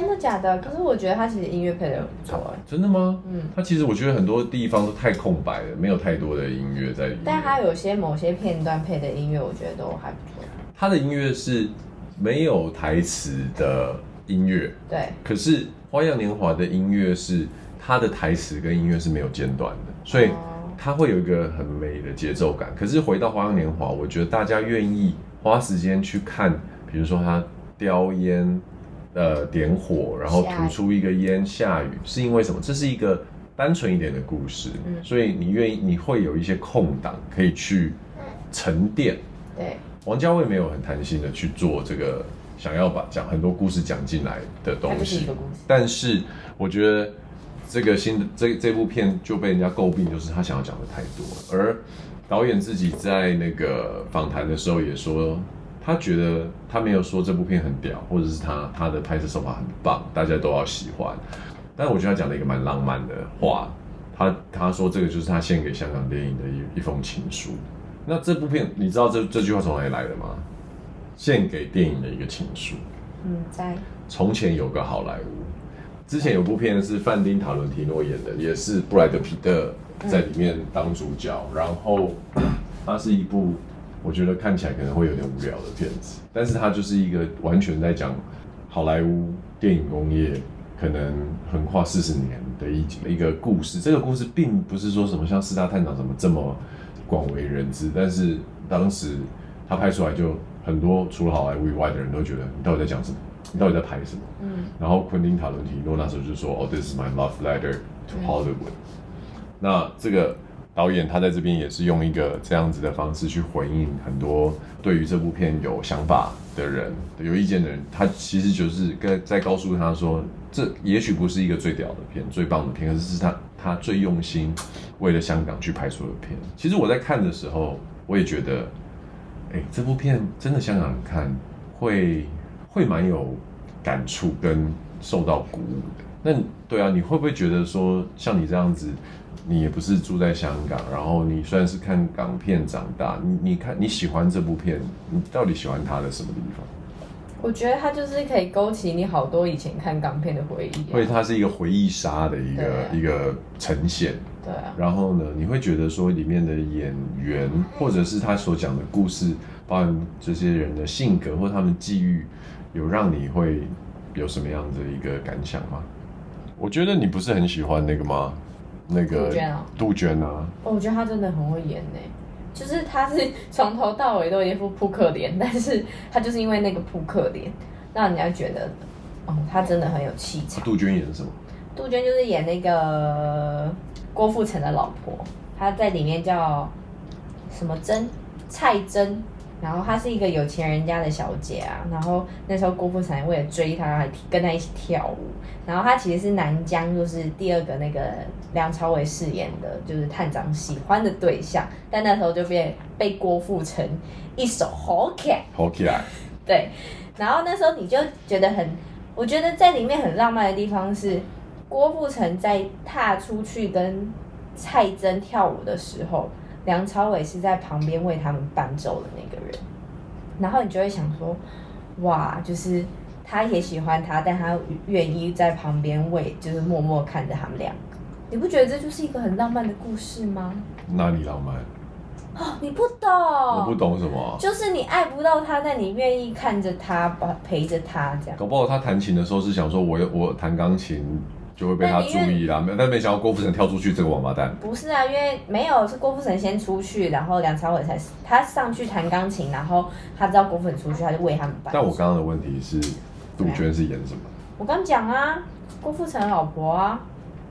Speaker 2: 那的假的？可是我觉得他其实音乐配的很不错哎，
Speaker 1: 真的吗？
Speaker 2: 嗯，
Speaker 1: 它其实我觉得很多地方都太空白了，没有太多的音乐在里面。
Speaker 2: 但他有些某些片段配的音乐，我觉得都还不错。
Speaker 1: 它的音乐是没有台词的音乐，
Speaker 2: 对，
Speaker 1: 可是《花样年华》的音乐是它的台词跟音乐是没有间断的，所以
Speaker 2: 哦
Speaker 1: 它会有一个很美的节奏感。可是回到《花样年华》，我觉得大家愿意花时间去看，比如说它叼烟，呃，点火，然后
Speaker 2: 下雨
Speaker 1: 吐出一个烟，下雨，是因为什么？这是一个单纯一点的故事，
Speaker 2: 嗯
Speaker 1: 所以你愿意，你会有一些空档可以去沉淀。
Speaker 2: 对，
Speaker 1: 王家卫没有很贪心的去做这个，想要把讲很多故事讲进来的
Speaker 2: 它
Speaker 1: 东
Speaker 2: 就是一
Speaker 1: 西
Speaker 2: 个。故事。
Speaker 1: 但是我觉得这个新的这这部片就被人家诟病，就是他想要讲的太多了。而导演自己在那个访谈的时候也说，他觉得他没有说这部片很屌，或者是他他的拍摄手法很棒，大家都要喜欢。但我觉得他讲了一个蛮浪漫的话，他他说这个就是他献给香港电影的一一封情书。那这部片，你知道这这句话从哪里来的吗？献给电影的一个情书。
Speaker 2: 嗯，在
Speaker 1: 从前有个好莱坞，之前有部片是范丁·塔伦提诺演的，也是布莱德·皮特在里面当主角。然后它是一部我觉得看起来可能会有点无聊的片子，但是它就是一个完全在讲好莱坞电影工业可能横跨四十年的一一个故事。这个故事并不是说什么像四大探长什么这么广为人知，但是当时他拍出来就很多除了好莱坞以外的人都觉得你到底在讲什么？你到底在拍什么？
Speaker 2: 嗯
Speaker 1: 然后昆汀塔伦提诺那时候就说：“哦、t h i s is my love letter to Hollywood。那这个导演他在这边也是用一个这样子的方式去回应很多对于这部片有想法的人、有意见的人，他其实就是跟在告诉他说，这也许不是一个最屌的片、最棒的片，可是是他他最用心为了香港去拍出的片。其实我在看的时候，我也觉得哎，这部片真的香港人看会会蛮有感触跟受到鼓舞的。那你对啊，你会不会觉得说，像你这样子，你也不是住在香港，然后你虽然是看港片长大，你你看你喜欢这部片，你到底喜欢它的什么地方？
Speaker 2: 我觉得它就是可以勾起你好多以前看港片的回忆、
Speaker 1: 会
Speaker 2: 啊。
Speaker 1: 它是一个回忆杀的一个、
Speaker 2: 对
Speaker 1: 一个呈现。
Speaker 2: 对啊，
Speaker 1: 然后呢，你会觉得说里面的演员，或者是他所讲的故事，包含这些人的性格或他们际遇，有让你会有什么样的一个感想吗？我觉得你不是很喜欢那个吗？那个
Speaker 2: 杜鹃啊
Speaker 1: 杜鹃啊，
Speaker 2: 哦我觉得他真的很会演呢、就是他是从头到尾都有一副扑克脸，但是他就是因为那个扑克脸，让人家觉得，哦，他真的很有气场。
Speaker 1: 杜鹃演什么？
Speaker 2: 杜鹃就是演那个郭富城的老婆，她在里面叫什么珍蔡珍，然后她是一个有钱人家的小姐啊。然后那时候郭富城为了追她，还跟她一起跳舞。然后她其实是南疆，就是第二个那个梁朝伟饰演的，就是探长喜欢的对象，但那时候就被被郭富城一手吼起来。
Speaker 1: 好起来，
Speaker 2: 对，然后那时候你就觉得很，我觉得在里面很浪漫的地方是郭富城在踏出去跟蔡珍跳舞的时候，梁朝伟是在旁边为他们伴奏的那个人，然后你就会想说，哇，就是他也喜欢他，但他愿意在旁边为，就是默默看着他们两个，你不觉得这就是一个很浪漫的故事吗？
Speaker 1: 哪里浪漫？
Speaker 2: 哦，你不懂，
Speaker 1: 我不懂什么啊、
Speaker 2: 就是你爱不到他，但你愿意看着他，把陪着他这样。
Speaker 1: 搞不好他弹琴的时候是想说我，我弹钢琴就会被他
Speaker 2: 但你
Speaker 1: 注
Speaker 2: 愿
Speaker 1: 意啦，没有但没想到郭富城跳出去，这个王八蛋。
Speaker 2: 不是啊，因为没有是郭富城先出去，然后梁朝伟才他上去弹钢琴，然后他知道郭富城出去，他就为他们办。
Speaker 1: 但我刚刚的问题是，杜鹃是演什么？
Speaker 2: 我刚讲啊，郭富城老婆啊，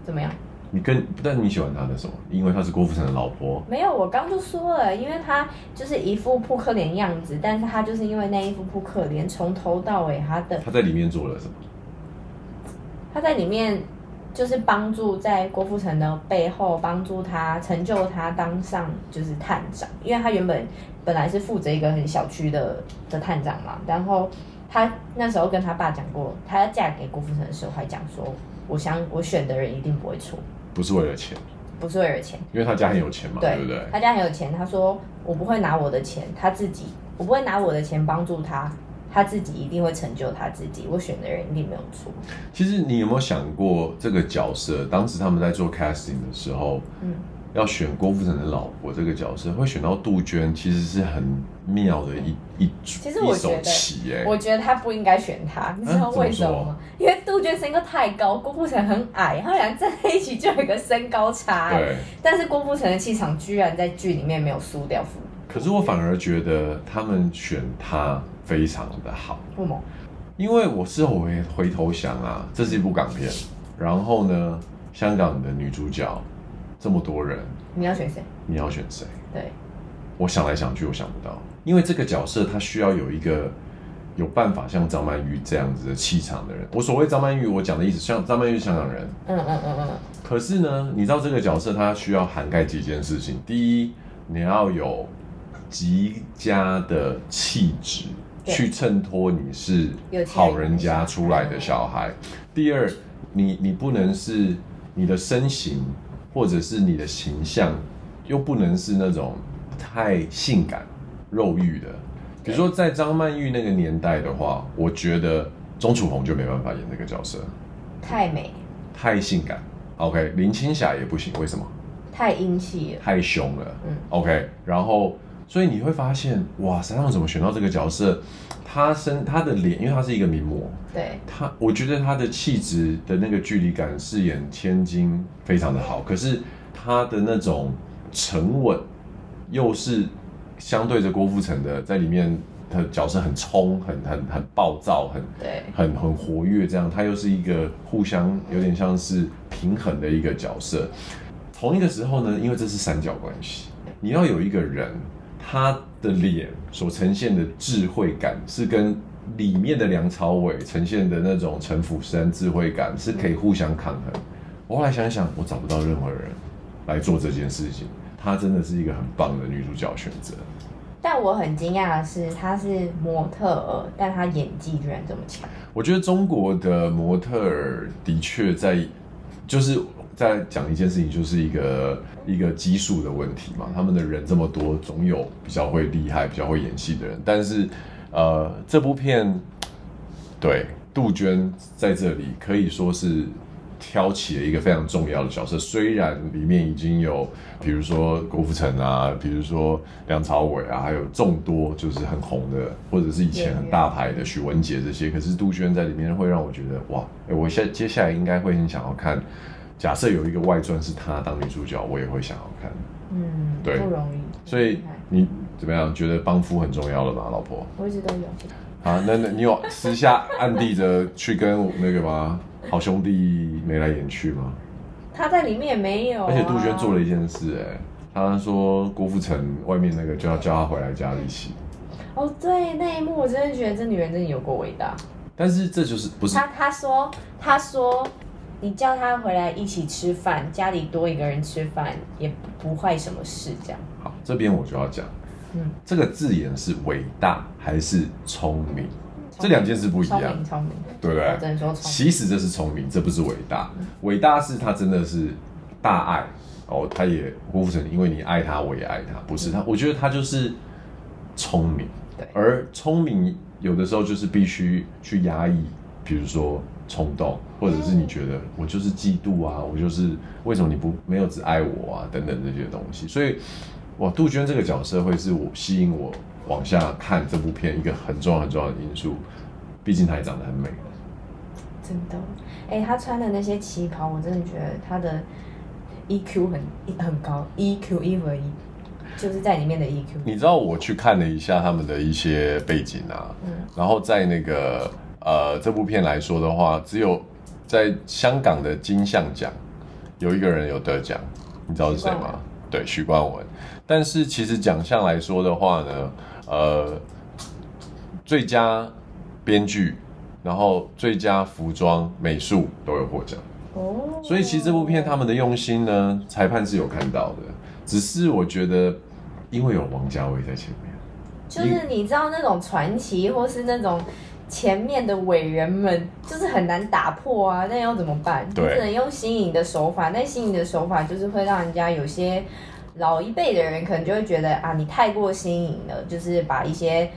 Speaker 2: 怎么样？
Speaker 1: 你跟但你喜欢他的什么？因为她是郭富城的老婆，
Speaker 2: 没有，我刚就说了，因为他就是一副扑克脸样子，但是他就是因为那一副扑克脸，从头到尾他的
Speaker 1: 她在里面做了什么？
Speaker 2: 他在里面就是帮助在郭富城的背后帮助他成就他当上就是探长，因为他原本本来是负责一个很小区的的探长嘛，然后他那时候跟他爸讲过，他要嫁给郭富城的时候还讲说，我想我选的人一定不会错，
Speaker 1: 不是为了钱，
Speaker 2: 不是为了钱，
Speaker 1: 因为她家很有钱嘛，对不对？
Speaker 2: 他家很有钱，他说我不会拿我的钱，他自己我不会拿我的钱帮助他，他自己一定会成就他自己，我选的人一定没有错。
Speaker 1: 其实你有没有想过这个角色？当时他们在做 casting 的时候，
Speaker 2: 嗯，
Speaker 1: 要选郭富城的老婆这个角色，会选到杜娟，其实是很妙的一一
Speaker 2: 其实
Speaker 1: 一
Speaker 2: 我
Speaker 1: 手
Speaker 2: 觉得
Speaker 1: 棋欸耶、
Speaker 2: 我觉得他不应该选他，你知道为什么
Speaker 1: 啊怎么
Speaker 2: 吗？因为杜鹃身高太高，郭富城很矮，他们俩站在一起就有一个身高差、哎
Speaker 1: 对，
Speaker 2: 但是郭富城的气场居然在剧里面没有输掉付，
Speaker 1: 可是我反而觉得他们选他非常的好，
Speaker 2: 为什么？
Speaker 1: 因为我是回回头想啊，这是一部港片，然后呢，香港的女主角这么多人，
Speaker 2: 你要选谁？
Speaker 1: 你要选谁？
Speaker 2: 对，
Speaker 1: 我想来想去，我想不到，因为这个角色他需要有一个有办法像张曼玉这样子的气场的人。我所谓张曼玉，我讲的意思，像张曼玉是香港人，
Speaker 2: 嗯嗯嗯嗯，
Speaker 1: 可是呢，你知道这个角色它需要涵盖几件事情。第一，你要有极佳的气质，
Speaker 2: 对
Speaker 1: 去衬托你是
Speaker 2: 有钱
Speaker 1: 好人家出来的小孩。第二，你你不能是你的身形或者是你的形象，又不能是那种太性感肉欲的。比如说，在张曼玉那个年代的话，我觉得钟楚红就没办法演这个角色。
Speaker 2: 太美，
Speaker 1: 太性感。OK，林青霞也不行，为什么？
Speaker 2: 太英气了，
Speaker 1: 太凶了。
Speaker 2: 嗯
Speaker 1: OK，然后所以你会发现，哇，山上怎么选到这个角色？他身他的脸，因为他是一个名模，
Speaker 2: 对，
Speaker 1: 他我觉得他的气质的那个距离感饰演千金非常的好，可是他的那种沉稳，又是相对着郭富城的在里面。他的角色很冲，很很很暴躁，很
Speaker 2: 对，
Speaker 1: 很很活跃，这样，他又是一个互相有点像是平衡的一个角色。同一个时候呢，因为这是三角关系，你要有一个人，他的脸所呈现的智慧感是跟里面的梁朝伟呈现的那种城府深智慧感是可以互相抗衡。我后来想想，我找不到任何人来做这件事情，她真的是一个很棒的女主角选择。
Speaker 2: 但我很惊讶的是，她是模特儿，但她演技居然这么强。
Speaker 1: 我觉得中国的模特儿的确在，就是在讲一件事情，就是一个一个基数的问题嘛。他们的人这么多，总有比较会厉害、比较会演戏的人。但是，呃，这部片，对杜鹃在这里可以说是挑起了一个非常重要的角色。虽然里面已经有，比如说郭富城啊，比如说梁朝伟啊，还有众多就是很红的，或者是以前很大牌的许文杰这些，可是杜鹃在里面会让我觉得哇，诶我现接下来应该会很想要看。假设有一个外传是她当女主角，我也会想要看。
Speaker 2: 嗯，
Speaker 1: 对
Speaker 2: 不容易。
Speaker 1: 所以
Speaker 2: 厉害
Speaker 1: 你怎么样？觉得帮夫很重要了吗，老婆？
Speaker 2: 我一直都有。
Speaker 1: 啊，那那你有私下暗地着去跟那个吗？好兄弟眉来眼去吗？
Speaker 2: 她在里面也没有、啊。
Speaker 1: 而且杜鹃做了一件事、哎，她说郭富城外面那个就要叫他回来家里洗，
Speaker 2: 哦，对那一幕，我真的觉得这女人真的有够伟大。
Speaker 1: 但是这就是不是
Speaker 2: 她她说她说，你叫她回来一起吃饭，家里多一个人吃饭也不坏什么事，这样。
Speaker 1: 好，这边我就要讲，
Speaker 2: 嗯，
Speaker 1: 这个字眼是伟大还是聪明，这两件事不一
Speaker 2: 聪
Speaker 1: 样
Speaker 2: 明，聪明，
Speaker 1: 对不对
Speaker 2: 我只能说聪明。
Speaker 1: 其实这是聪明，这不是伟大。伟大是他真的是大爱哦，他也郭富城，因为你爱他，我也爱他，不是他。我觉得他就是聪明，
Speaker 2: 嗯对
Speaker 1: 而聪明有的时候就是必须去压抑，比如说冲动，或者是你觉得我就是嫉妒啊，我就是为什么你不没有只爱我啊等等这些东西。所以，哇，杜鹃这个角色会是我吸引我往下看这部片一个很重要很重要的因素，毕竟她也长得很美。
Speaker 2: 真的，哎、她穿的那些旗袍，我真的觉得她的 EQ 很很高，EQ 一和一，就是在里面的 E EQ。
Speaker 1: 你知道我去看了一下他们的一些背景啊，
Speaker 2: 嗯，
Speaker 1: 然后在那个呃这部片来说的话，只有在香港的金像奖有一个人有得奖，你知道是谁
Speaker 2: 许冠
Speaker 1: 吗？对，许冠文。但是其实奖项来说的话呢，呃，最佳编剧，然后最佳服装、美术都有获奖。
Speaker 2: 哦，
Speaker 1: 所以其实这部片他们的用心呢，裁判是有看到的，只是我觉得因为有王家卫在前面。
Speaker 2: 就是你知道那种传奇，或是那种前面的伟人们，就是很难打破啊。那要怎么办？
Speaker 1: 对
Speaker 2: 你只能用新颖的手法。那新颖的手法就是会让人家有些呃老一辈的人可能就会觉得啊，你太过新颖了，就是把一些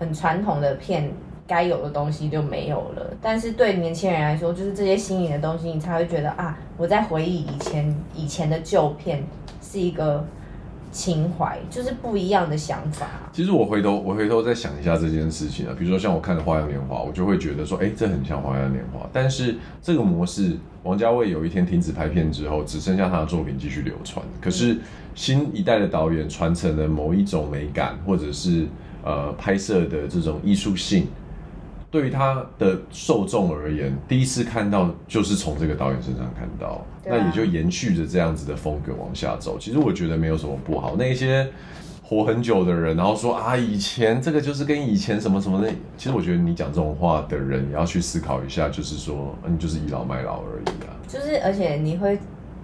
Speaker 2: 很传统的片该有的东西就没有了。但是对年轻人来说，就是这些新颖的东西，你才会觉得啊，我在回忆以前以前的旧片是一个情怀，就是不一样的想法。
Speaker 1: 其实我回头我回头再想一下这件事情啊，比如说像我看《花样年华》，我就会觉得说，哎，这很像《花样年华》，但是这个模式，王家卫有一天停止拍片之后，只剩下他的作品继续流传。可是新一代的导演传承了某一种美感，或者是呃拍摄的这种艺术性，对于他的受众而言，第一次看到就是从这个导演身上看到，
Speaker 2: 对啊
Speaker 1: 那也就延续着这样子的风格往下走。其实我觉得没有什么不好。那一些活很久的人，然后说啊，以前这个就是跟以前什么什么的，其实我觉得你讲这种话的人，也要去思考一下，就是说，嗯，就是倚老卖老而已啊。
Speaker 2: 就是而且你会，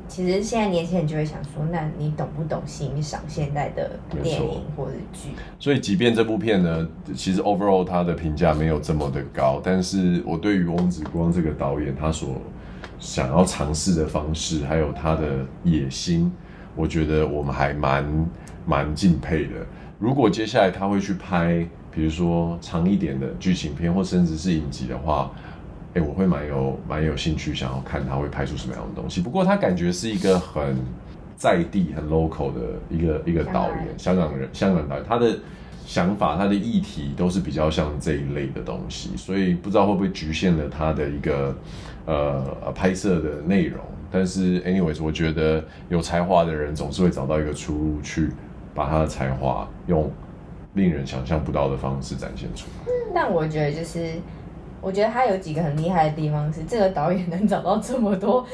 Speaker 2: 其实现在年轻人就会想说，那你懂不懂欣赏现在的电
Speaker 1: 没
Speaker 2: 影
Speaker 1: 错
Speaker 2: 或者剧？
Speaker 1: 所以，即便这部片呢，其实 overall 它的评价没有这么的高，但是我对于翁子光这个导演他所想要尝试的方式，还有他的野心，我觉得我们还蛮蛮敬佩的。如果接下来他会去拍，比如说长一点的剧情片，或甚至是影集的话，哎、我会蛮有蛮有兴趣，想要看他会拍出什么样的东西。不过他感觉是一个很在地、很 local 的一个一个导演，香港人，香港导演，他的想法、他的议题都是比较像这一类的东西，所以不知道会不会局限了他的一个呃呃拍摄的内容。但是，anyways，我觉得有才华的人总是会找到一个出路，去把他的才华用令人想象不到的方式展现出来。
Speaker 2: 但我觉得就是，我觉得他有几个很厉害的地方是，这个导演能找到这么多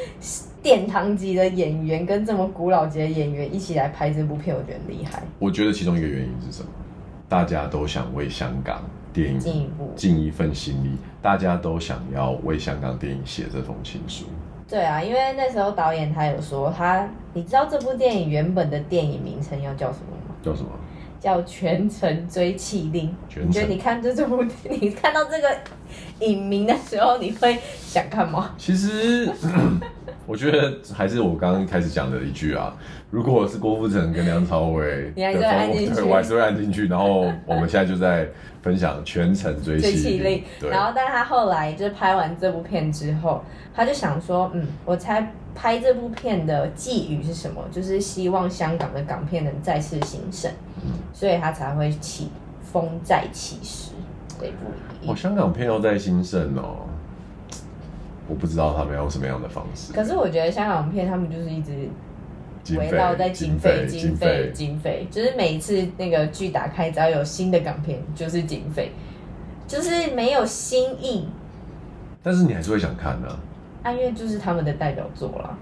Speaker 2: 殿堂级的演员跟这么古老级的演员一起来拍这部片，我觉得很厉害。
Speaker 1: 我觉得其中一个原因是什么？大家都想为香港电影
Speaker 2: 进一步
Speaker 1: 尽一份心力，大家都想要为香港电影写这封情书。
Speaker 2: 对啊，因为那时候导演他有说他，你知道这部电影原本的电影名称要叫什么吗？
Speaker 1: 叫什么？
Speaker 2: 叫《全程追气令》。
Speaker 1: 全程
Speaker 2: 你觉得你看这这部， 你看到这个影名的时候，你会想看吗？
Speaker 1: 其实 我觉得还是我刚刚开始讲的一句啊，如果是郭富城跟梁朝伟
Speaker 2: 你还是会按进去
Speaker 1: 对我还是会按进去。然后我们现在就在分享全程追
Speaker 2: 追
Speaker 1: 妻
Speaker 2: 气令。
Speaker 1: 对，
Speaker 2: 然后，但他后来就是拍完这部片之后，他就想说，嗯，我猜拍这部片的寄语是什么？就是希望香港的港片能再次兴盛，所以他才会起《风再起时》这部影
Speaker 1: 哦，香港片又在兴盛哦，我不知道他们用什么样的方式。
Speaker 2: 可是我觉得香港片他们就是一直
Speaker 1: 经
Speaker 2: 围
Speaker 1: 费
Speaker 2: 绕在经费、
Speaker 1: 经
Speaker 2: 经
Speaker 1: 费
Speaker 2: 费、经费，就是每一次那个剧打开，只要有新的港片就是经费，就是没有新意。
Speaker 1: 但是你还是会想看的啊、
Speaker 2: 暗月就是他们的代表作啦。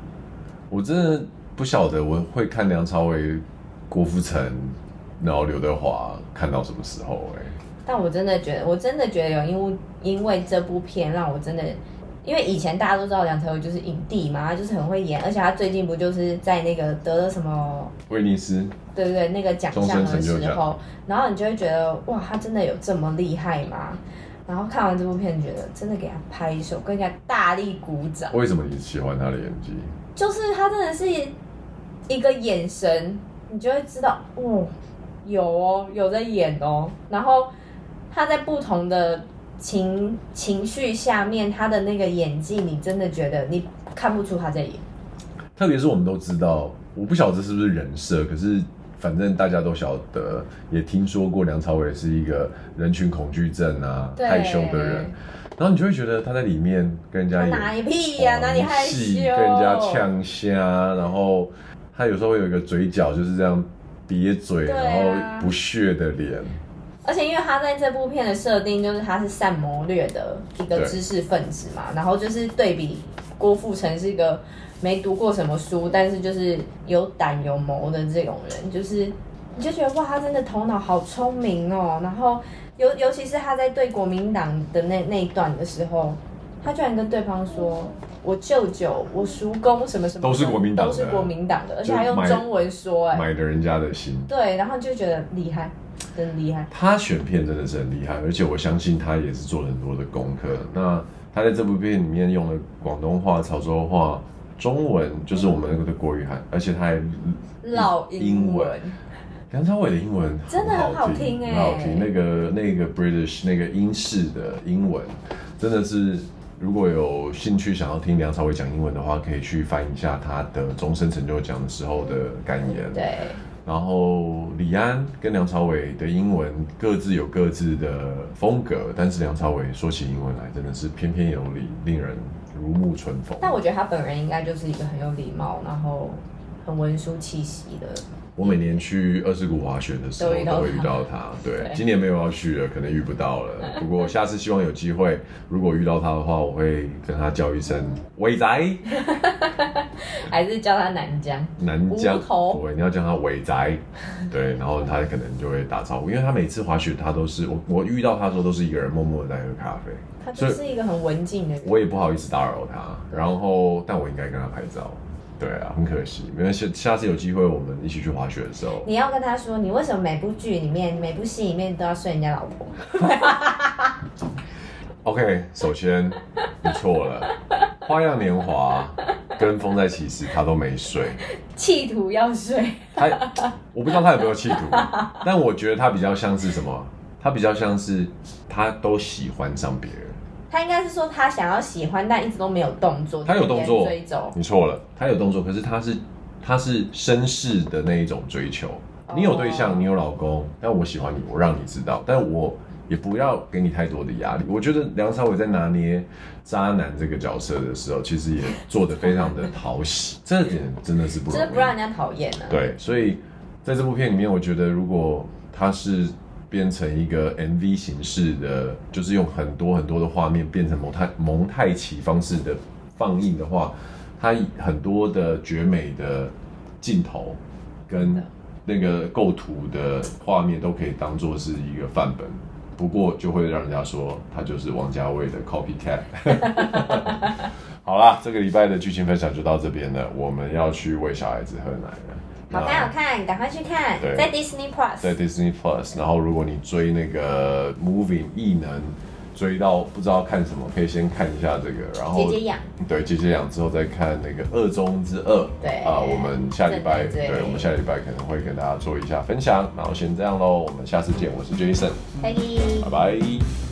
Speaker 1: 我真的不晓得我会看梁朝伟、郭富城，然后刘德华看到什么时候、欸？
Speaker 2: 但我真的觉得，我真的觉得有因为因为这部片让我真的，因为以前大家都知道梁朝伟就是影帝嘛，他就是很会演，而且他最近不就是在那个得了什么，
Speaker 1: 威尼斯
Speaker 2: 对对对，那个奖项
Speaker 1: 终身
Speaker 2: 的
Speaker 1: 成就
Speaker 2: 时
Speaker 1: 奖
Speaker 2: 候，然后你就会觉得哇，他真的有这么厉害吗？然后看完这部片，觉得真的给他拍一首，更加大力鼓掌，
Speaker 1: 为什么你喜欢他的演技？
Speaker 2: 就是他真的是一个眼神，你就会知道，哦，有哦，有在演哦。然后他在不同的情情绪下面，他的那个演技，你真的觉得你看不出他在演。
Speaker 1: 特别是我们都知道，我不晓得这是不是人设，可是反正大家都晓得，也听说过梁朝伟是一个人群恐惧症啊、
Speaker 2: 对
Speaker 1: 害羞的人，然后你就会觉得他在里面跟人家
Speaker 2: 他
Speaker 1: 演
Speaker 2: 哪里屁呀、哪里害
Speaker 1: 狂
Speaker 2: 羞？
Speaker 1: 戏跟人家呛虾，然后他有时候会有一个嘴角就是这样瘪嘴，
Speaker 2: 对啊
Speaker 1: 然后不屑的脸。
Speaker 2: 而且因为他在这部片的设定就是他是善谋略的一个知识分子嘛，然后就是对比郭富城是一个没读过什么书，但是就是有胆有谋的这种人，就是你就觉得哇，他真的头脑好聪明哦。然后尤尤其是他在对国民党的那那一段的时候，他居然跟对方说。我舅舅，我叔公，什么什么的
Speaker 1: 都是国民党的
Speaker 2: 都是国民党的，而且还
Speaker 1: 就
Speaker 2: 用
Speaker 1: 买
Speaker 2: 中文说、哎，
Speaker 1: 买了人家的心。
Speaker 2: 对，然后就觉得厉害，真厉害。
Speaker 1: 他选片真的是很厉害，而且我相信他也是做了很多的功课。那他在这部片里面用了广东话、潮州话、中文，就是我们的国语喊，而且他还
Speaker 2: 老英文，
Speaker 1: 英文梁朝伟的英文
Speaker 2: 真的很好听哎
Speaker 1: 很好听。那个那个 British 那个英式的英文，真的是如果有兴趣想要听梁朝伟讲英文的话，可以去翻一下他的终身成就奖的时候的感言。
Speaker 2: 对，
Speaker 1: 然后李安跟梁朝伟的英文各自有各自的风格，但是梁朝伟说起英文来真的是翩翩有礼，令人如沐春风。
Speaker 2: 但我觉得他本人应该就是一个很有礼貌，然后很文书气息的。
Speaker 1: 我每年去二世谷滑雪的时候
Speaker 2: 都遇到
Speaker 1: 都会遇
Speaker 2: 他
Speaker 1: 到他，对
Speaker 2: 对，
Speaker 1: 今年没有要去了，可能遇不到 了。不过下次希望有机会，如果遇到他的话，我会跟他叫一声“伟仔
Speaker 2: 还是叫他南疆。
Speaker 1: 南疆
Speaker 2: 无头”，
Speaker 1: 对，你要叫他“伟仔”，对，然后他可能就会打招呼，因为他每次滑雪他都是我我遇到他的时候都是一个人默默的在喝咖啡，
Speaker 2: 他就是一个很文静的人。
Speaker 1: 我也不好意思打扰他，然后但我应该跟他拍照，对啊，很可惜，没关系，下次有机会我们一起去滑雪的时候，
Speaker 2: 你要跟他说，你为什么每部剧里面、每部戏里面都要睡人家老婆？
Speaker 1: OK，首先你错了， 《花样年华》跟《风再起时》他都没睡，
Speaker 2: 企图要睡，
Speaker 1: 他我不知道他有没有企图，但我觉得他比较像是什么？他比较像是他都喜欢上别人。
Speaker 2: 他应该是说他想要喜欢，但一直都没有动作。
Speaker 1: 他有动作
Speaker 2: 就被别人追走。
Speaker 1: 你错了，他有动作，可是他是他是绅士的那一种追求。你有对
Speaker 2: 哦
Speaker 1: 象，你有老公，但我喜欢你，我让你知道，但我也不要给你太多的压力。我觉得梁朝伟在拿捏渣男这个角色的时候，其实也做得非常的讨喜，这点真的是不
Speaker 2: 就
Speaker 1: 容
Speaker 2: 是不让
Speaker 1: 易。
Speaker 2: 人家讨厌啊。
Speaker 1: 对，所以在这部片里面，我觉得如果他是变成一个 MV 形式的，就是用很多很多的画面变成蒙太蒙太奇方式的放映的话，它很多的绝美的镜头跟那个构图的画面都可以当做是一个范本。不过就会让人家说他就是王家卫的 copycat。好啦，这个礼拜的剧情分享就到这边了，我们要去喂小孩子喝奶了。
Speaker 2: 好
Speaker 1: 那
Speaker 2: 看好看，赶快去看，
Speaker 1: 对
Speaker 2: 在 Disney
Speaker 1: 在
Speaker 2: Plus。
Speaker 1: Disney Plus，然后如果你追那个 Moving 异能，追到不知道看什么，可以先看一下这个，然后
Speaker 2: 姐姐养，
Speaker 1: 对姐姐养之后再看那个二中之二，
Speaker 2: 对
Speaker 1: 啊、我们下礼拜
Speaker 2: 正在追
Speaker 1: 对，我们下礼拜可能会跟大家做一下分享，然后先这样喽，我们下次见，我是 Jason，
Speaker 2: 拜拜。
Speaker 1: 拜拜。